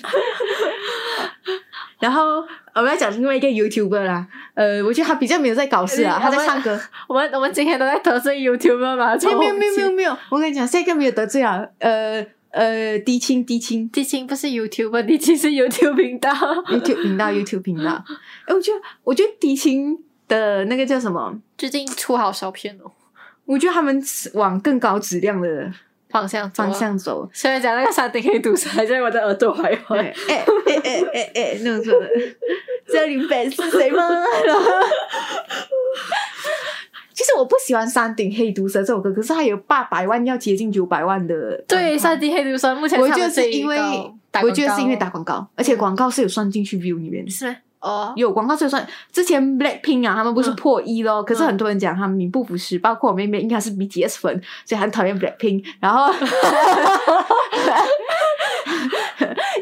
S1: 然后我们要讲另外一个 YouTuber 啦，呃，我觉得他比较没有在搞事啊，
S2: 嗯
S1: 他在唱歌。
S2: 我们我们今天都在得罪 YouTuber 嘛，
S1: 没有没有
S2: 从
S1: 没有没有，没有，哦我跟你讲，下一个没有得罪啊，呃呃，低清低清
S2: 地青不是 YouTuber，地青是 YouTube 频道，
S1: YouTube 频 道 YouTube 频道，哎，我觉得我觉得低清的那个叫什么？
S2: 最近出好少片哦，
S1: 我觉得他们往更高质量的
S2: 方向走啊
S1: 方。向走。
S2: 虽然讲那个山顶黑毒蛇还在我的耳朵徘徊
S1: 对，，哎哎哎哎哎，那种说的，知道林北是谁吗？ 然后其实我不喜欢《山顶黑毒蛇》这首歌，可是它有八百万，要接近九百万的。
S2: 对，山顶黑毒蛇 目前
S1: 我
S2: 他
S1: 觉
S2: 们
S1: 得是
S2: 最
S1: 因为
S2: 高打
S1: 我觉得
S2: 广
S1: 是因为
S2: 告哦嗯
S1: 打广告，而且广告是有算进去 view 里面的。
S2: 是吗哦，
S1: 有广告就算之前 Blackpink 啊，他们不是
S2: 嗯
S1: 破一咯、可是
S2: 嗯
S1: 很多人讲他们名不符实，包括我妹妹应该是 BTS 粉，所以她很讨厌 Blackpink。然 后，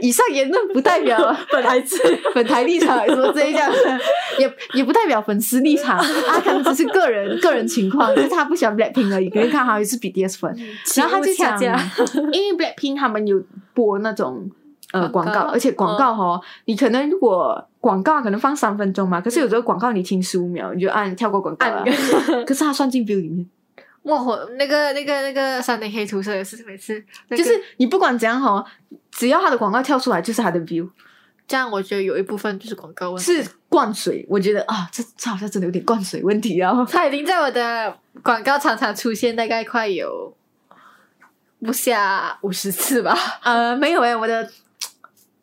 S1: 以上言论不代表
S2: 本来是
S1: 本台立场，什么这 一样的，也也不代表粉丝立场，阿康只是个人个人情 况，就是他不喜欢 Blackpink 而已。可是他好像是 BTS 粉，然后他就
S2: 下
S1: 讲
S2: 架，，
S1: 因为 Blackpink 他们有播那种呃广
S2: 广告
S1: 告，而且广告哦，嗯你可能如果广告可能放三分钟嘛，可是有时候广告你听十五秒，你就按跳过广告了
S2: 按 一。
S1: 可是它算进 view 里面，
S2: 莫火那个那个那个山顶黑毒蛇也是每次那
S1: 就
S2: 个
S1: 是你不管怎样哦，只要它的广告跳出来，就是它的 view，
S2: 这样，我觉得有一部分就是广告问题，
S1: 是灌水。我觉得啊，这这好像真的有点灌水问题啊。
S2: 他已经在我的广告常常出现，大概快有不下五十次 吧。
S1: 呃，没有诶、我的。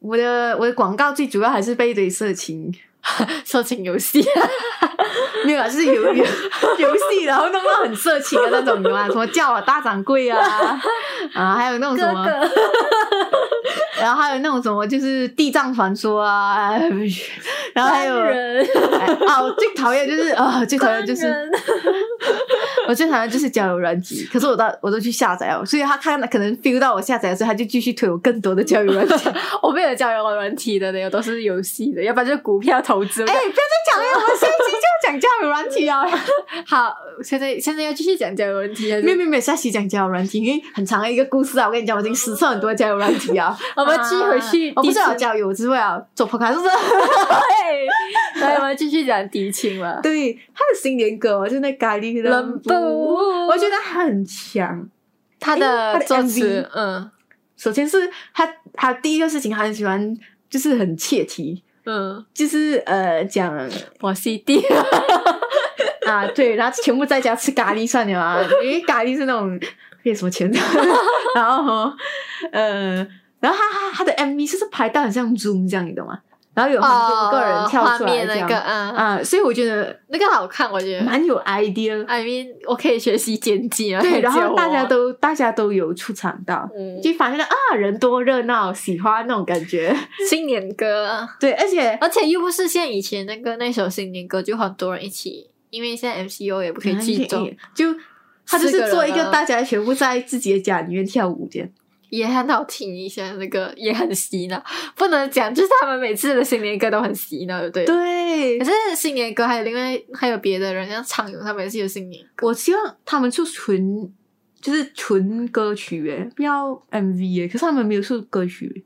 S1: 我的我的广告最主要还是被一堆色情，
S2: 色情游戏，
S1: 没有啊，就是 游游游戏，然后弄到很色情的那种啊，什么叫我大掌柜 啊，啊，还有那种什么，然后还有那种什么就是地藏传说啊， 然后还有
S2: 官人，
S1: 哎啊，我最讨厌就是啊，最讨厌就
S2: 官
S1: 是
S2: 人
S1: 我最讨厌就是交友软体，可是我到我都去下载了，所以他看可能 feel 到我下载了，所以他就继续推我更多的交友软 体。
S2: 我没有交友软体的呢，我都是游戏的，要不然就是股票投资。
S1: 哎、不要再讲了，我们下一集就要讲交友软体啊。
S2: 好，现在现在要继续讲交友问题还是
S1: 没有没有没有，下期讲交友软体，因为很长的一个故事啊。我跟你讲，我已经实测很多交友软体啊。
S2: 我们继续回去
S1: 啊我不是
S2: 第四
S1: 要交友，我只是为了做 podcast，是不是？
S2: 对，来，我们继续讲迪青了。
S1: 对，他的新年歌哦就是那咖喱冷
S2: 冷
S1: 布，
S2: 布哎
S1: 我觉得他很强。
S2: 他
S1: 哎他
S2: 的
S1: 的
S2: 作
S1: MV
S2: 词，嗯
S1: 首先是他，他第一个事情，他很喜欢，就是很切题。
S2: 嗯，
S1: 就是呃讲
S2: 我 CD，
S1: 啊对，然后全部在家吃咖喱算了啊，因为咖喱是那种没什么钱的， 然后呃，然后他他他的 MV 就是拍到很像 Zoom 这样，你懂吗？然后有很多个人跳出
S2: 哦画
S1: 来
S2: 面
S1: 这
S2: 那
S1: 样、
S2: 个，嗯，
S1: 啊，所以我觉得
S2: 那个好看，我觉得。
S1: 蛮有 idea，
S2: 嗯 I mean，我可以学习剪辑啊。
S1: 对，然
S2: 教我
S1: 后大家都大家都有出场到。
S2: 嗯
S1: 就发现了啊，人多热闹，喜欢那种感觉。
S2: 新年歌，啊
S1: 对，而且
S2: 而且又不是像以前那个那首新年歌，就很多人一起，因啊为现在 MCO 也不可以聚众，，
S1: 就他就
S2: 四个
S1: 是
S2: 人
S1: 做一个
S2: 啊
S1: 大家全部在自己的家里面跳舞这样。
S2: 也很好听一下，那个也很洗脑。不能讲，就是他们每次的新年歌都很洗脑，对不对？。
S1: 对
S2: 可，是新年歌还有另外还有别的人，像常勇他们也是有新年歌，
S1: 我希望他们出纯就是纯歌曲耶，不要 MV 耶。可是他们没有出歌曲，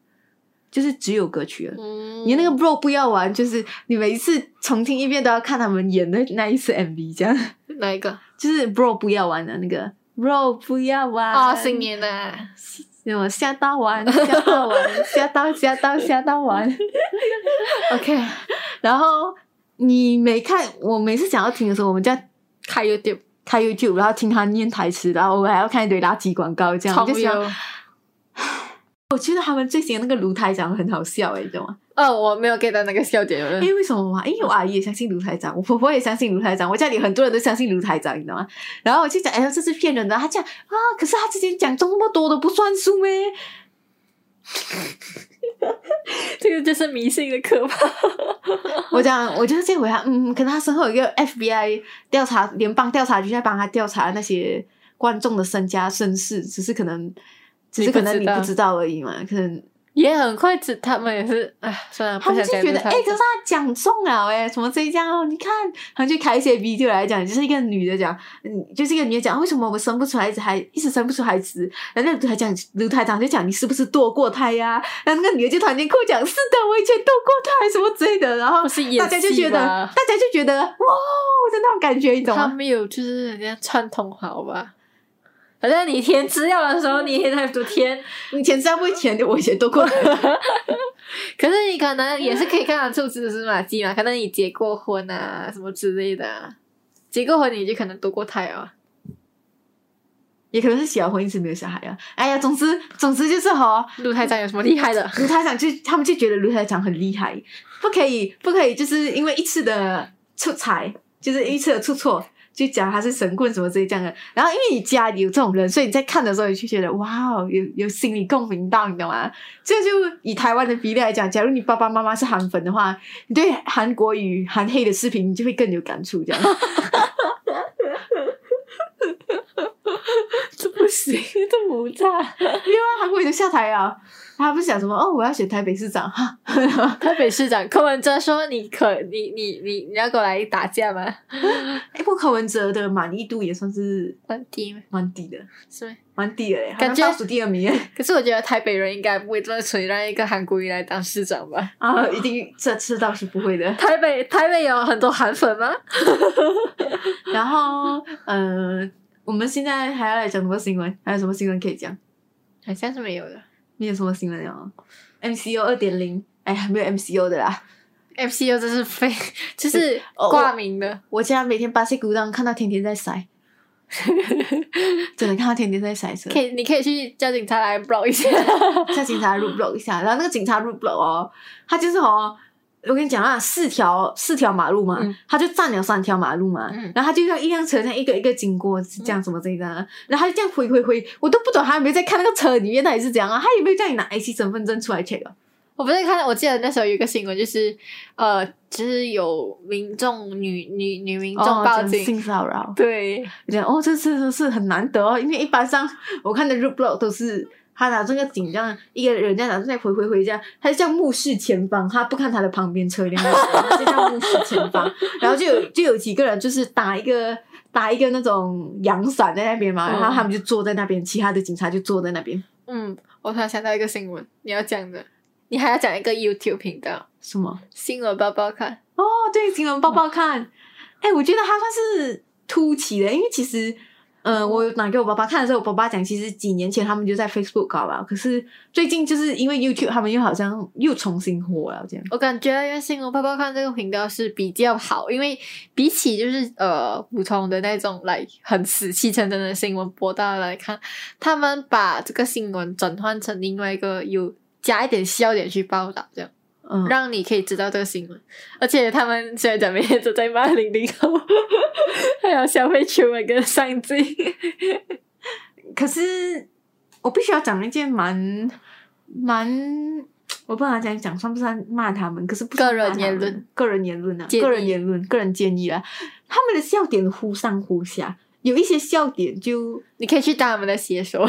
S1: 就是只有歌曲了。
S2: 嗯
S1: 你那个 bro 不要玩，就是你每一次重听一遍都要看他们演的那一次 MV，这样
S2: 嗯哪一个？
S1: 就是 bro 不要玩的那个 bro 不要玩
S2: 哦，新年的、啊，
S1: 什么吓到 玩，吓到玩，吓到吓到吓到玩。OK，然后你每看我每次想要听的时候，我们就要
S2: 开 YouTube
S1: 开 YouTube，然后听他念台词，然后我还要看一堆垃圾广告，这样我
S2: 重
S1: 就想，
S2: 游。
S1: 我觉得他们最新的那个卢台长很好笑哎、你知道吗？
S2: 哦，我没有 get 到那个笑点，我
S1: 哎、 为什么嘛？因为我阿姨也相信卢台长，我 婆婆也相信卢台长，我家里很多人都相信卢台长，你知道吗？然后我就讲，哎呀，这是骗人的。他讲啊，可是他之前讲这么多都不算数咩？
S2: 这个就是迷信的可怕。
S1: 我讲，我就是这回他，嗯，可能他身后有一个 FBI 调查联邦调查局在帮他调查那些观众的身家身世，只是可能，只是可能
S2: 你
S1: 你
S2: 不知道
S1: 不知道而已嘛。可能
S2: 也很快知，他们也是，哎，算了，
S1: 他
S2: 不
S1: 们
S2: 想
S1: 就
S2: 讲
S1: 觉得，
S2: 这个
S1: 哎、可是
S2: 话
S1: 他讲中了、哎，什么这样哦？你看，然后就开一些 video 来讲，就是一个女的讲，嗯，就是一个女的讲，为什么我生不出孩子，还一直生不出孩子？然后那个还讲，卢台长就讲，你是不是堕过胎呀、然后那个女的就突然间跟我讲，是的，我以前堕过胎什么之类的，然后
S2: 不是演戏
S1: 哦大家就觉得，
S2: 吧
S1: 大家就觉得，哇，的那种感觉，你懂
S2: 他
S1: 吗？
S2: 们有就是人家串通好吧？反正你填资料的时候，你也在读填，
S1: 你前知道不前，我以前堕过胎，
S2: 可是你可能也是可以看得出蛛丝马迹嘛。可能你结过婚啊，什么之类的、啊，结过婚你就可能堕过胎啊。
S1: 也可能是小婚一直没有小孩啊。哎呀，总之，总之就是哈、
S2: 陆太长有什么厉害的？
S1: 卢台长就他们就觉得卢台长很厉害，不可以不可以，就是因为一次的出彩，就是一次的出错，就讲他是神棍什么之类这样的。然后因为你家里有这种人，所以你在看的时候，你就觉得哇，哦，有有心理共鸣到，你懂吗？这就以台湾的比例来讲，假如你爸爸妈妈是韩粉的话，你对韩国语韩黑的视频，你就会更有感触，这 样。
S2: 这不行，这不炸。
S1: 因为韩国语都下台啊，他不是讲什么哦，我要选台北市长 哈。
S2: 台北市长柯文哲说：“你可你你你你要跟我来打架吗
S1: 哎，不过柯文哲的满意度也算是？”
S2: 很低吗？
S1: 蛮低的。
S2: 是吗？
S1: 蛮低的嘞，
S2: 感觉
S1: 好像倒数第二名 耶
S2: 可是我觉得台北人应该不会这么蠢，让一个韩国瑜来当市长吧？
S1: 啊！一定这次倒是不会 的。
S2: 台北台北有很多韩粉吗？
S1: 然后，呃，我们现在还要来讲什么新闻？还有什么新闻可以讲？
S2: 好像是没有的。
S1: 没有什么新闻了。MCU 二点零，哎呀，没有 MCU 的啦。
S2: MCU 真是非 就是
S1: 哦
S2: 挂名的，
S1: 我竟然每天巴西鼓浪看到天天在 晒，真的看到天天在晒车
S2: 可。以你可以去叫警察来 block 一下。
S1: 叫警察入 block 一下， 然后那个警察入 block 哦，他就是哦，我跟你讲啊，四条四条马路嘛，
S2: 嗯
S1: 他就占了三条马路嘛，
S2: 嗯
S1: 然后他就让一辆车这样一个一个经过，这样什么这样的，啊然后他就这样挥挥挥，我都不懂他有没有在看那个车里面到底是怎样啊，他有没有叫你拿 IC 身份证出来 check 啊？
S2: 我不是看到，我记得那时候有一个新闻，就是呃，就是有民众女女女民众报
S1: 哦这样
S2: 警，
S1: 性骚扰，
S2: 对，
S1: 我觉得哦，这次是很难得哦，因为一般上我看的 road block 都是。他拿这个警这样，一个人家拿着那回回回这样，他就这样目视前方，他不看他的旁边车辆，他就这样目视前方，然后就有就有几个人就是搭一个搭一个那种阳伞在那边嘛，
S2: 嗯
S1: 然后他们就坐在那边，其他的警察就坐在那边，
S2: 嗯，我突然想到一个新闻，你要讲的，你还要讲一个 YouTube 频道
S1: 什么？
S2: 新闻包包看，
S1: 哦， 对，新闻报报看，哎、我觉得他算是突起的，因为其实嗯，我有拿给我爸爸看的时候，我爸爸讲，其实几年前他们就在 Facebook 搞了，可是最近就是因为 YouTube，他们又好像又重新火了，这样。
S2: 我感觉原新龙泡泡看这个频道是比较好，因为比起就是呃普通的那种来很死气沉沉的新闻播道来看，他们把这个新闻转换成另外一个有加一点笑点去报道，这样
S1: 嗯，
S2: 让你可以知道这个新闻。而且他们虽然讲每天都在骂零零后， 还有消费群文跟上进，
S1: 可是我必须要讲一件蛮蛮，我不知道讲讲算不算骂他们，可是不是
S2: 个人
S1: 骂他们
S2: 言论，
S1: 个人言论啊，
S2: 建议
S1: 个人言论，个人建议啊，他们的笑点忽上忽下，有一些笑点就
S2: 你可以去当他们的写手，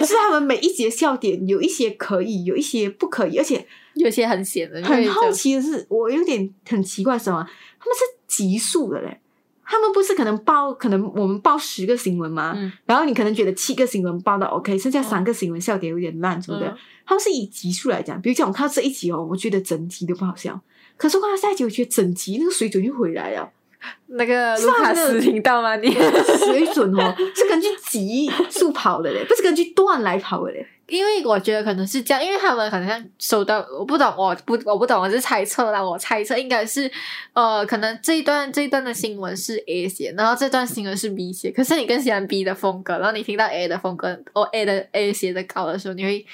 S1: 就是他们每一节笑点有一些可以，有一些不可以，而且
S2: 有些很闲的，你可
S1: 很
S2: 以这
S1: 好
S2: 样
S1: 奇的是，我有点很奇怪，什么？他们是急速的嘞，他们不是可能报，可能我们报十个新闻嘛，
S2: 嗯
S1: 然后你可能觉得七个新闻报道 OK，剩下三个新闻笑点有点烂什么的，
S2: 嗯
S1: 他们是以集数来讲，比如讲我看到这一集哦，我觉得整集都不好笑，可是我看到下一集，我觉得整集那个水准就回来了，
S2: 那个
S1: 是
S2: 卢
S1: 啊
S2: 卡
S1: 那
S2: 斯
S1: 个
S2: 听到吗？你？
S1: 水准哦是根据集数跑的嘞，不是根据段来跑的嘞，
S2: 因为我觉得可能是这样，因为他们可能像收到，我不懂，我不我不懂，我是猜测啦，我猜测应该是，呃，可能这一段这一段的新闻是 A 写，然后这段新闻是 B 写，可是你更喜欢 B 的风格，然后你听到 A 的风格，哦 A 的 A 写的高的时候，你会。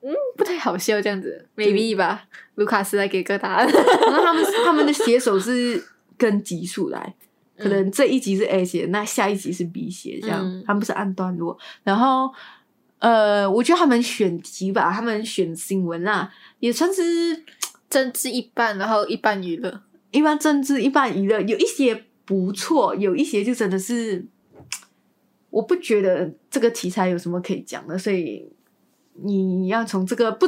S2: 嗯，不太好笑这样子，maybe 吧。卢卡斯来给个答案，
S1: 然后他们他们的写手是跟集数来。可能这一集是 A 写，那下一集是 B 写，这样、
S2: 嗯
S1: 他们是按段落。然后，呃，我觉得他们选题吧，他们选新闻啦，也算是
S2: 政治一半，然后一半娱乐。
S1: 一般政治，一般娱乐，有一些不错，有一些就真的是，我不觉得这个题材有什么可以讲的，所以。你要从这个不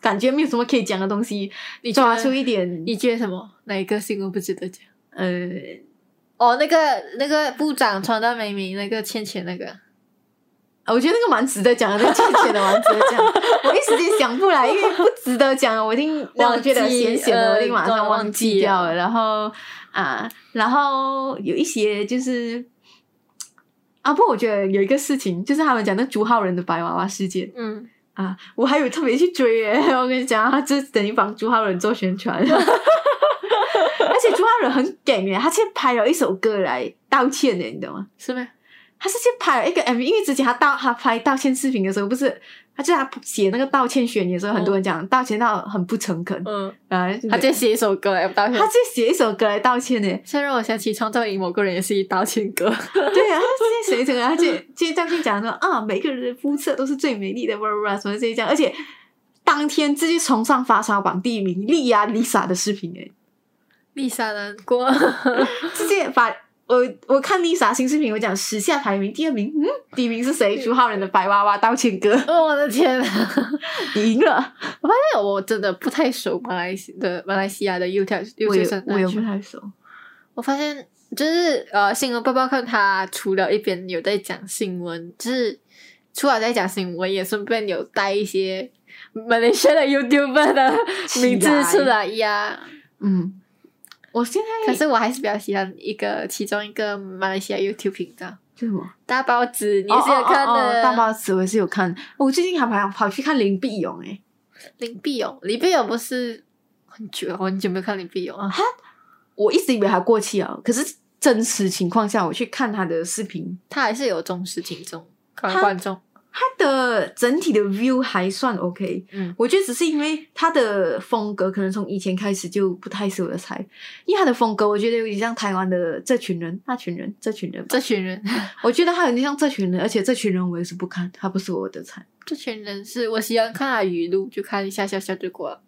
S1: 感觉没有什么可以讲的东西，
S2: 你觉得
S1: 抓出一点
S2: 你觉得什么？哪一个新闻不值得讲？
S1: 呃，
S2: 哦，那个那个部长传到美美那个倩倩那个，
S1: 我觉得那个蛮值得讲的，那个欠钱的蛮值得讲。我一时间想不来，因为不值得讲，我一定让我觉得
S2: 忘记
S1: 闲闲的，
S2: 呃
S1: 我一定马上忘记掉了。
S2: 忘
S1: 然后啊，然后有一些就是啊，不，过我觉得有一个事情，就是他们讲那朱浩仁的白娃娃事件
S2: 嗯，
S1: 啊，我还有特别去追 耶。我跟你讲，他就是等于帮朱浩仁做宣传。 而且朱浩仁很给耶，他去拍了一首歌来道歉的，你懂吗？
S2: 是吗？
S1: 他是去拍了一个 MV，因为之前他道他拍道歉视频的时候，不是他就他写那个道歉宣言的时候，很多人讲道歉到很不诚恳，
S2: 嗯，
S1: 啊，
S2: 他就写一首歌来道歉。
S1: 他。就写一首歌来道 歉呢
S2: 现在让我想起创造营某个人也是一道歉歌，
S1: 对啊，他就写一首歌，他就就道歉讲说啊，每个人的肤色都是最美丽的，哇哇哇什么这些讲，而且当天直接冲上发烧榜第一名，力压 Lisa 的视频诶，
S2: 丽莎难 过。
S1: 直接把。我我看 Lisa 新视频，我讲时下排名第二名，嗯，第一名是谁？朱浩仁的白娃娃道歉歌，
S2: 哦，我的天啊！
S1: 你赢了。
S2: 我发现我真的不太熟马来西的马来西亚的 YouTube
S1: 我
S2: YouTube
S1: 也
S2: 生
S1: 我
S2: 态
S1: 也不
S2: 圈。
S1: 太熟。
S2: 我发现就是呃，新闻包包看他除了一边有在讲新闻，就是除了在讲新闻，也顺便有带一些马来西亚的 YouTuber 的名字出来呀。
S1: 嗯，我现在
S2: 可是我还是比较喜欢一个其中一个马来西亚 YouTube 频道。
S1: 是什么？
S2: 大包子，你也是有看的。
S1: 哦哦哦哦大包子，我也是有看。我最近还跑跑去看哦林碧勇诶、
S2: 林碧勇，林碧勇不是很久 我很久没有看林碧勇啊。
S1: 我一直以为他过气了，可是真实情况下，我去看他的视频，
S2: 他还是有忠实听众、
S1: 他
S2: 观观众。
S1: 他的整体的 view 还算 OK。
S2: 嗯，
S1: 我觉得只是因为他的风格，可能从以前开始就不太是我的菜，因为他的风格，我觉得有点像台湾的这群人、那群人、这群人吧。
S2: 这群人，
S1: 我觉得他有点像这群人，而且这群人我也是不看，他不是我的菜。
S2: 这群人是我喜欢看他语录，就看一下下下就过了，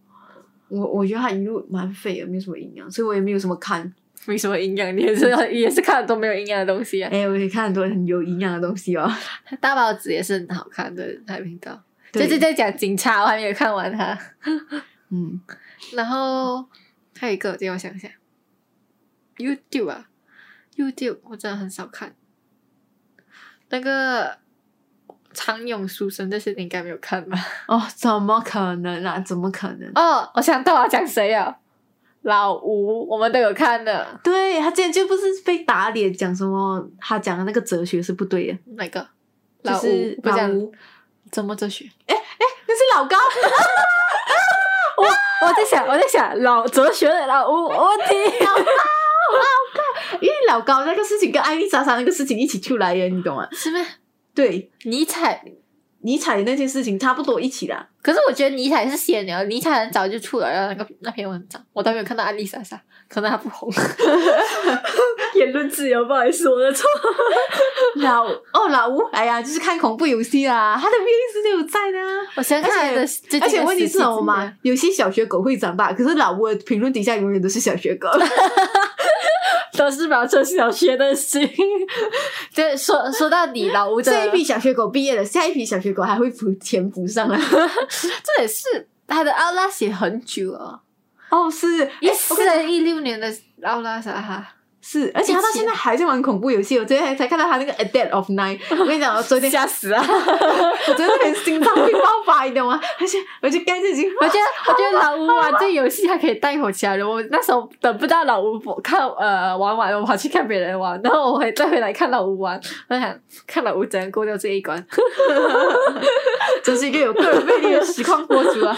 S1: 我我觉得他一路蛮废的，没有什么营养，所以我也没有什么看。
S2: 没什么营养。你也是也是看很多没有营养的东西啊。
S1: 哎、我也看很多很有营养的东西哦。
S2: 大包子也是很好看的台频道，就
S1: 对
S2: 是在讲警察，我还没有看完他。
S1: 嗯，
S2: 然后还有一个，让我想一下，YouTube 啊，YouTube 我真的很少看。那个长永书生这些你应该没有看吧？
S1: 哦，怎么可能啊？怎么可能？
S2: 哦，我想到我要讲谁啊？老吴，我们都有看的。
S1: 对他之前就不是被打脸，讲什么他讲的那个哲学是不对的，
S2: 哪个？
S1: 就
S2: 老
S1: 是
S2: 吴不
S1: 老
S2: 讲
S1: 吴，
S2: 怎么哲学？
S1: 那是老高，
S2: 我我在想，我在想老哲学的老吴我问题。
S1: 因为老高那个事情跟艾丽莎莎那个事情一起出来耶，你懂吗？
S2: 是吗？
S1: 对，
S2: 尼采，
S1: 尼采那件事情差不多一起啦。
S2: 可是我觉得尼采是先的，尼采很早就出了那个那篇文章，我都没有看到安利莎莎，可能她不红。 言论自由，不好意思，我的错。
S1: 老哦老吴，哎呀，就是看恐怖游戏啦，他的魅力是都有在的啊。
S2: 我想看的，最近的
S1: 而且问题是
S2: 十七集
S1: 什么嘛？有些小学狗会长大，可是老吴的评论底下永远都是小学狗。
S2: 都是表这小学的心。对，说说到底，老 吴的
S1: 这一批小学狗毕业了，下一批小学狗还会补填补上啊来。
S2: 这也是他的奥拉写很久了，
S1: 哦，是
S2: 一四一六年的奥拉啥哈，
S1: 是，而且他到现在还在玩恐怖游戏。我昨天还才看到他那个《A Dead of Night》，我跟你讲，我昨天
S2: 吓死啊！
S1: 我昨天很心脏病爆发，你懂吗？ 而且我就盖着睛，
S2: 我觉得，我觉得老吴玩这游戏还可以带火起来的。我那时候等不到老吴我看呃玩完，我跑去看别人玩，然后我回再回来看老吴玩，我想看老吴怎样过掉这一关。
S1: 真是一个有个人魅力的实况博 主啊！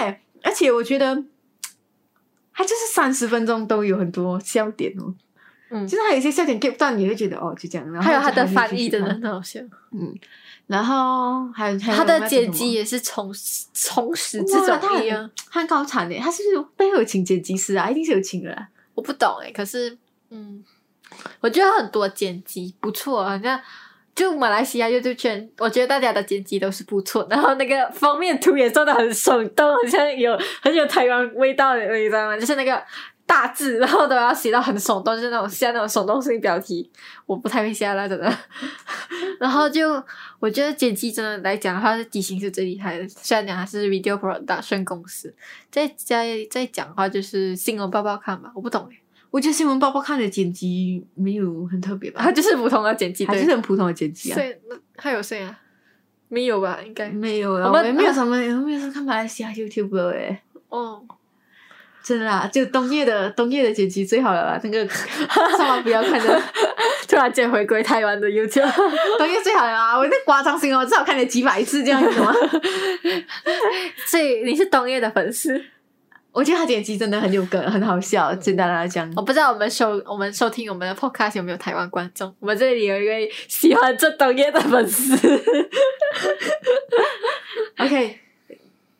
S1: 对，而且我觉得他就是三十分钟都有很多笑点哦。
S2: 嗯
S1: 就是他有一些笑点 get 不到，你会觉得哦，就这样。然后
S2: 还有他
S1: 就
S2: 的
S1: 会
S2: 翻
S1: 继续
S2: 译真的
S1: 看，
S2: 很好笑，
S1: 然后还有还有
S2: 他的
S1: 那
S2: 剪
S1: 种什么
S2: 辑也是充实充实这
S1: 哇，他
S2: 种
S1: 很
S2: 一样，
S1: 他很高产的，他是不是背后有请剪辑师啊？一定是有请的啦。
S2: 我不懂哎、可是嗯，我觉得很多剪辑不错，好像。就马来西亚 YouTube 圈，我觉得大家的剪辑都是不错，然后那个封面图也做的很生动，很像有很有台湾味道的，你知道吗？就是那个大字，然后都要写到很耸动，就是那种下那种耸动性标题，我不太会下那种的。然后就我觉得剪辑真的来讲的话，是底薪是最厉害的，虽然讲它是 Video Production 公司，再加再讲的话就是新闻报报看吧，我不懂欸，
S1: 我觉得新闻报报看的剪辑没有很特别吧
S2: 它，啊就是普通的剪辑，
S1: 还
S2: 对
S1: 是很普通的剪辑啊。
S2: 谁？那还有谁啊？嗯没有吧？应该
S1: 没有啊，
S2: 我
S1: 我
S2: 们
S1: 也没有什么，我没有什么看马来西亚 YouTube 哎、
S2: 哦，
S1: 真的啊，就冬夜的冬夜的剪辑最好了啦，那 个上网不要看的，
S2: 突然间回归台湾的 YouTube，
S1: 冬夜最好了啊！我那刮张新闻，我至少看了几百次这样，你懂吗？
S2: 所以你是冬叶的粉丝？
S1: 我觉得他剪辑真的很有梗，很好笑。简单来讲，
S2: 我不知道我们收我们收听我们的 Podcast 有没有台湾观众？我们这里有一位喜欢这冬叶的粉 丝，
S1: OK，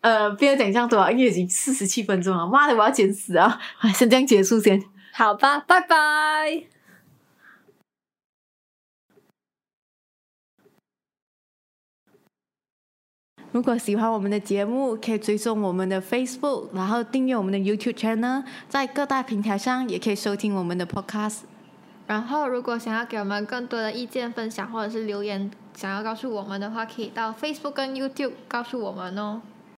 S1: 呃，不要讲这样多啊，因为已经四十七分钟了，妈的，我要剪死啊！ 哎先这样结束先。
S2: 好吧，拜拜。
S1: 如果喜欢我们的节目，可以追踪我们的 Facebook，然后订阅我们的 YouTube channel，在各大平台上也可以收听我们的 Podcast。
S3: 然后，如果想要给我们更多的意见分享，或者是留言想要告诉我们的话，可以到 Facebook 跟 YouTube 告诉我们哦。